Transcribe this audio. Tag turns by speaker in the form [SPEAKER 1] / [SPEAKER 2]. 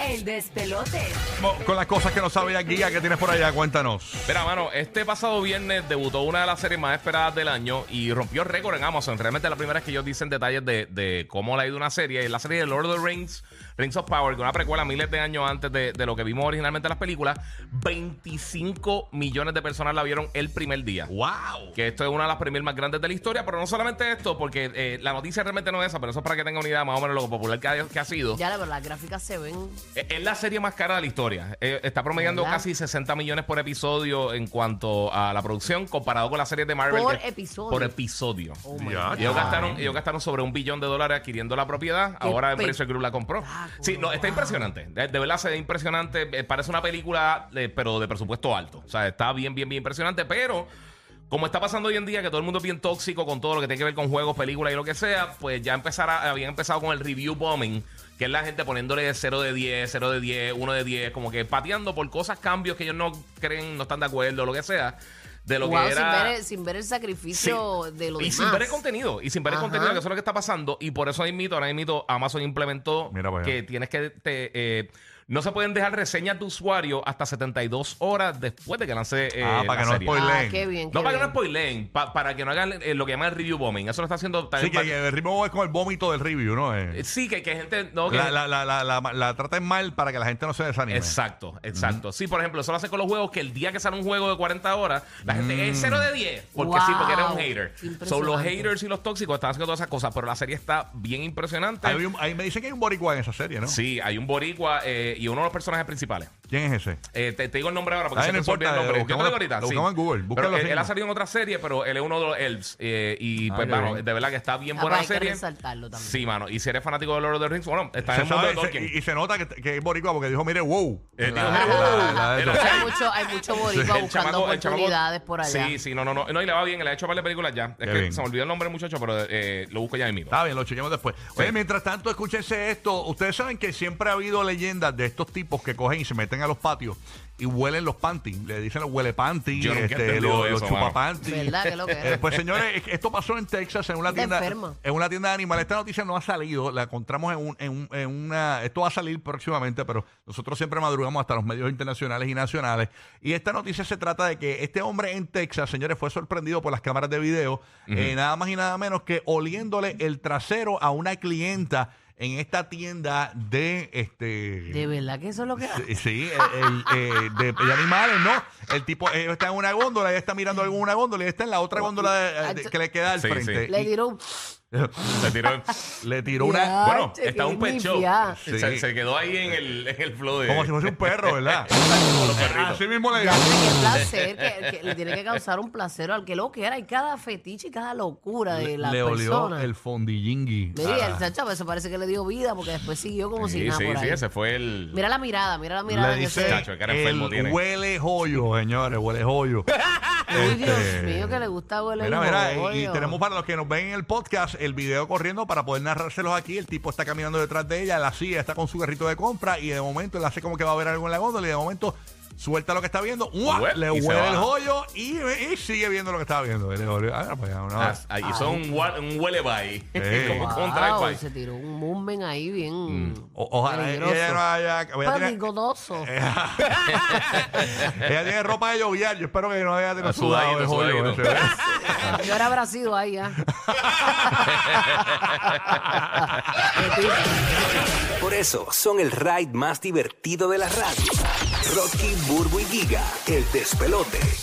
[SPEAKER 1] El despelote.
[SPEAKER 2] Vamos Con las cosas que no sabía, Guía, que tienes por allá, cuéntanos.
[SPEAKER 3] Mira, mano, este pasado viernes debutó una de las series más esperadas del año y rompió récord en Amazon. Realmente la primera vez que ellos dicen detalles de, de cómo le ha ido una serie. Es la serie de Lord of the Rings, Rings of Power, que es una precuela miles de años antes de, de lo que vimos originalmente en las películas. 25 millones de personas la vieron el primer día.
[SPEAKER 2] ¡Wow!
[SPEAKER 3] Que esto es una de las premiers más grandes de la historia, pero no solamente esto, porque eh, la noticia realmente no es esa, pero eso es para que tengan una idea más o menos de lo popular que ha, que ha sido.
[SPEAKER 1] Ya, la verdad, las gráficas se ven.
[SPEAKER 3] Eh, Es la serie más cara de la historia. Eh, está promediando
[SPEAKER 1] ¿Verdad?
[SPEAKER 3] casi 60 millones por episodio en cuanto a la producción, comparado con las series de Marvel.
[SPEAKER 1] Por
[SPEAKER 3] que-
[SPEAKER 1] episodio.
[SPEAKER 3] Por episodio.
[SPEAKER 1] Oh my
[SPEAKER 2] Ya,
[SPEAKER 1] God.
[SPEAKER 3] Ellos gastaron, ellos gastaron sobre un billón de dólares adquiriendo la propiedad.
[SPEAKER 1] Qué
[SPEAKER 3] Ahora el precio Group la compró.
[SPEAKER 1] espectáculo.
[SPEAKER 3] Sí, no, está impresionante. De, de verdad se ve impresionante. Eh, Parece una película, de- pero de presupuesto alto. O sea, está bien, bien, bien impresionante. Pero, como está pasando hoy en día, que todo el mundo es bien tóxico con todo lo que tiene que ver con juegos, películas y lo que sea, pues ya empezará, habían empezado con el review bombing. Que es la gente poniéndole 0 de 10, 0 de 10, 1 de 10, como que pateando por cosas, cambios que ellos no creen, no están de acuerdo, lo que sea. De lo
[SPEAKER 1] Wow,
[SPEAKER 3] que era.
[SPEAKER 1] sin, ver, el- sin ver el sacrificio de los
[SPEAKER 3] Y
[SPEAKER 1] demás.
[SPEAKER 3] sin ver el contenido, y sin ver
[SPEAKER 1] Ajá.
[SPEAKER 3] el contenido, que eso es lo que está pasando. Y por eso ahí mito, ahora mito, Amazon implementó
[SPEAKER 2] Mira para allá.
[SPEAKER 3] que tienes que. te, eh, no se pueden dejar reseñas de usuario hasta 72 horas después de que lance. eh,
[SPEAKER 2] Ah, para
[SPEAKER 3] la
[SPEAKER 2] que no
[SPEAKER 3] serie.
[SPEAKER 2] spoile.
[SPEAKER 1] Ah,
[SPEAKER 2] Spoileen.
[SPEAKER 1] qué bien.
[SPEAKER 3] No,
[SPEAKER 1] qué
[SPEAKER 3] para que no
[SPEAKER 1] bien.
[SPEAKER 3] spoileen, pa- para que no hagan eh, lo que llaman el review bombing. Eso lo está haciendo
[SPEAKER 2] Sí,
[SPEAKER 3] también.
[SPEAKER 2] que,
[SPEAKER 3] para-
[SPEAKER 2] que el ritmo es con el vómito del review, ¿no? Eh,
[SPEAKER 3] eh, sí, que, que gente. No, que-
[SPEAKER 2] la, la, la, la, la, la traten mal para que la gente no se desanime.
[SPEAKER 3] Exacto, exacto. Sí, por ejemplo, eso lo hacen con los juegos que el día que sale un juego de 40 horas, la gente
[SPEAKER 2] Mm.
[SPEAKER 3] es 0 de 10. Porque
[SPEAKER 1] Wow,
[SPEAKER 3] sí, porque eres un
[SPEAKER 1] qué
[SPEAKER 3] hater.
[SPEAKER 1] impresionante.
[SPEAKER 3] Son los haters y los tóxicos están haciendo todas esas cosas, pero la serie está bien impresionante.
[SPEAKER 2] Ahí, hay un- ahí me dicen que hay un boricua en esa serie, ¿no?
[SPEAKER 3] Sí, hay un boricua eh, y uno de los personajes principales.
[SPEAKER 2] ¿Quién es ese?
[SPEAKER 3] Eh, te, te digo el nombre ahora porque
[SPEAKER 2] Ay,
[SPEAKER 3] siempre
[SPEAKER 2] no
[SPEAKER 3] se me olvida
[SPEAKER 2] importa,
[SPEAKER 3] el nombre.
[SPEAKER 2] lo
[SPEAKER 3] Yo te
[SPEAKER 2] buscamos-
[SPEAKER 3] digo ahorita,
[SPEAKER 2] lo
[SPEAKER 3] sí.
[SPEAKER 2] buscamos en Google, búscalo
[SPEAKER 3] Pero él,
[SPEAKER 2] así.
[SPEAKER 3] él ha salido en otra serie, pero él es uno de los elves. eh, y
[SPEAKER 2] Ah,
[SPEAKER 3] pues,
[SPEAKER 2] qué
[SPEAKER 3] mano,
[SPEAKER 2] bien.
[SPEAKER 3] de verdad que está bien
[SPEAKER 1] Ah,
[SPEAKER 3] buena
[SPEAKER 1] pues
[SPEAKER 3] la
[SPEAKER 1] hay que
[SPEAKER 3] serie.
[SPEAKER 1] resaltarlo también.
[SPEAKER 3] Sí, mano. Y si eres fanático de Lord of the Rings, bueno, está en
[SPEAKER 2] Se
[SPEAKER 3] el mundo
[SPEAKER 2] sabe,
[SPEAKER 3] de
[SPEAKER 2] se-
[SPEAKER 3] Tolkien.
[SPEAKER 2] y, y se nota que, que es boricua porque dijo, mire, wow. La-
[SPEAKER 3] Eh, dijo,
[SPEAKER 2] la-
[SPEAKER 3] mire, wow.
[SPEAKER 2] Ah, la- la-
[SPEAKER 3] El
[SPEAKER 2] la-
[SPEAKER 1] Hay mucho, hay mucho boricua
[SPEAKER 3] El
[SPEAKER 1] buscando
[SPEAKER 3] chamaco- el chamaco-
[SPEAKER 1] oportunidades por allá.
[SPEAKER 3] Sí, sí, no, no, no. No, y le va bien, le ha hecho varias películas ya. Es
[SPEAKER 2] Qué
[SPEAKER 3] que
[SPEAKER 2] bien. Ah.
[SPEAKER 3] se me olvidó el nombre, muchacho, pero eh, lo busco ya mismo.
[SPEAKER 2] Está bien, lo chequemos después. Oye, mientras tanto, escúchense esto. Ustedes saben que siempre ha habido leyendas de estos tipos que cogen y se meten a los patios y huelen los panties. Le dicen los huele panties,
[SPEAKER 3] Yo nunca he
[SPEAKER 2] este,
[SPEAKER 3] entendido
[SPEAKER 2] los, los
[SPEAKER 3] eso, mano.
[SPEAKER 2] chupapanties.
[SPEAKER 1] ¿Verdad? Que lo que es.
[SPEAKER 2] Eh, pues señores, es que esto pasó en Texas, en una
[SPEAKER 1] Está
[SPEAKER 2] tienda,
[SPEAKER 1] enfermo.
[SPEAKER 2] en una tienda de animales. Esta noticia no ha salido, la encontramos en, un- en un- en una. Esto va a salir próximamente, pero nosotros siempre madrugamos hasta los medios internacionales y nacionales. Y esta noticia se trata de que este hombre en Texas, señores, fue sorprendido por las cámaras de video, eh, nada más y nada menos que oliéndole el trasero a una clienta en esta tienda de este.
[SPEAKER 1] De verdad que eso es lo que hace.
[SPEAKER 2] Sí, Sí, el- el, eh, de, de animales, ¿no? El tipo eh, está en una góndola, ella está mirando alguna góndola y está en la otra góndola de- de- que le queda al
[SPEAKER 3] Sí, sí.
[SPEAKER 2] frente.
[SPEAKER 1] Oh, ah, Le
[SPEAKER 2] Y
[SPEAKER 1] tiró.
[SPEAKER 3] Se tiró.
[SPEAKER 2] le tiró una...
[SPEAKER 1] Ya.
[SPEAKER 3] bueno,
[SPEAKER 1] che,
[SPEAKER 3] está
[SPEAKER 1] qué
[SPEAKER 3] un pecho.
[SPEAKER 1] limpia.
[SPEAKER 3] Se, se quedó ahí en el, en el flow de.
[SPEAKER 2] Como si fuese un perro, ¿verdad?
[SPEAKER 3] Como los perritos.
[SPEAKER 2] Así mismo le
[SPEAKER 1] Ya, qué placer, que, que le tiene que causar un placer al que lo que era. Y cada fetiche y cada locura de la
[SPEAKER 2] Le olió
[SPEAKER 1] persona.
[SPEAKER 2] el fondillingui.
[SPEAKER 1] Mira, el
[SPEAKER 2] Ah.
[SPEAKER 1] chacho, eso parece que le dio vida porque después siguió como si
[SPEAKER 3] Sí,
[SPEAKER 1] nada
[SPEAKER 3] sí,
[SPEAKER 1] por
[SPEAKER 3] sí,
[SPEAKER 1] ahí.
[SPEAKER 3] ese fue el.
[SPEAKER 1] Mira la mirada, mira la mirada.
[SPEAKER 2] Le
[SPEAKER 1] en
[SPEAKER 2] dice
[SPEAKER 1] ese-
[SPEAKER 3] Chacho, el que era enfermo
[SPEAKER 2] el
[SPEAKER 3] tiene.
[SPEAKER 2] huele joyo, señores, huele joyo.
[SPEAKER 1] Ay,
[SPEAKER 2] Este,
[SPEAKER 1] Dios mío, que le gusta huele
[SPEAKER 2] Mira,
[SPEAKER 1] un
[SPEAKER 2] mira, y- y,
[SPEAKER 1] bollo.
[SPEAKER 2] tenemos para los que nos ven en el podcast el video corriendo para poder narrárselos aquí. El tipo está caminando detrás de ella, la silla está con su carrito de compra y de momento él hace como que va a ver algo en la góndola y de momento suelta lo que está viendo, ¡guau!
[SPEAKER 3] Ué,
[SPEAKER 2] le
[SPEAKER 3] y se
[SPEAKER 2] huele
[SPEAKER 3] va.
[SPEAKER 2] el joyo y, y sigue viendo lo que está viendo. Y le huele- ah, pues, no.
[SPEAKER 3] Ah, Ahí hizo un, wa- un huele bye. Como
[SPEAKER 1] Wow,
[SPEAKER 3] contra el bye.
[SPEAKER 1] se tiró un mumen ahí bien.
[SPEAKER 2] Mm, O- ojalá
[SPEAKER 1] peligroso.
[SPEAKER 2] ella no haya... voy a Eh. tener-
[SPEAKER 1] Peligroso.
[SPEAKER 2] ella tiene ropa de lloviar, yo espero que no haya tenido
[SPEAKER 3] Ah,
[SPEAKER 2] sudado el
[SPEAKER 3] sudadito,
[SPEAKER 2] joyo.
[SPEAKER 3] sudadito.
[SPEAKER 2] ese.
[SPEAKER 1] Yo ahora habrá sido ahí ya. Qué tipo.
[SPEAKER 4] Por eso son el ride más divertido de la radio. Rocky, Burbu y Giga, el despelote.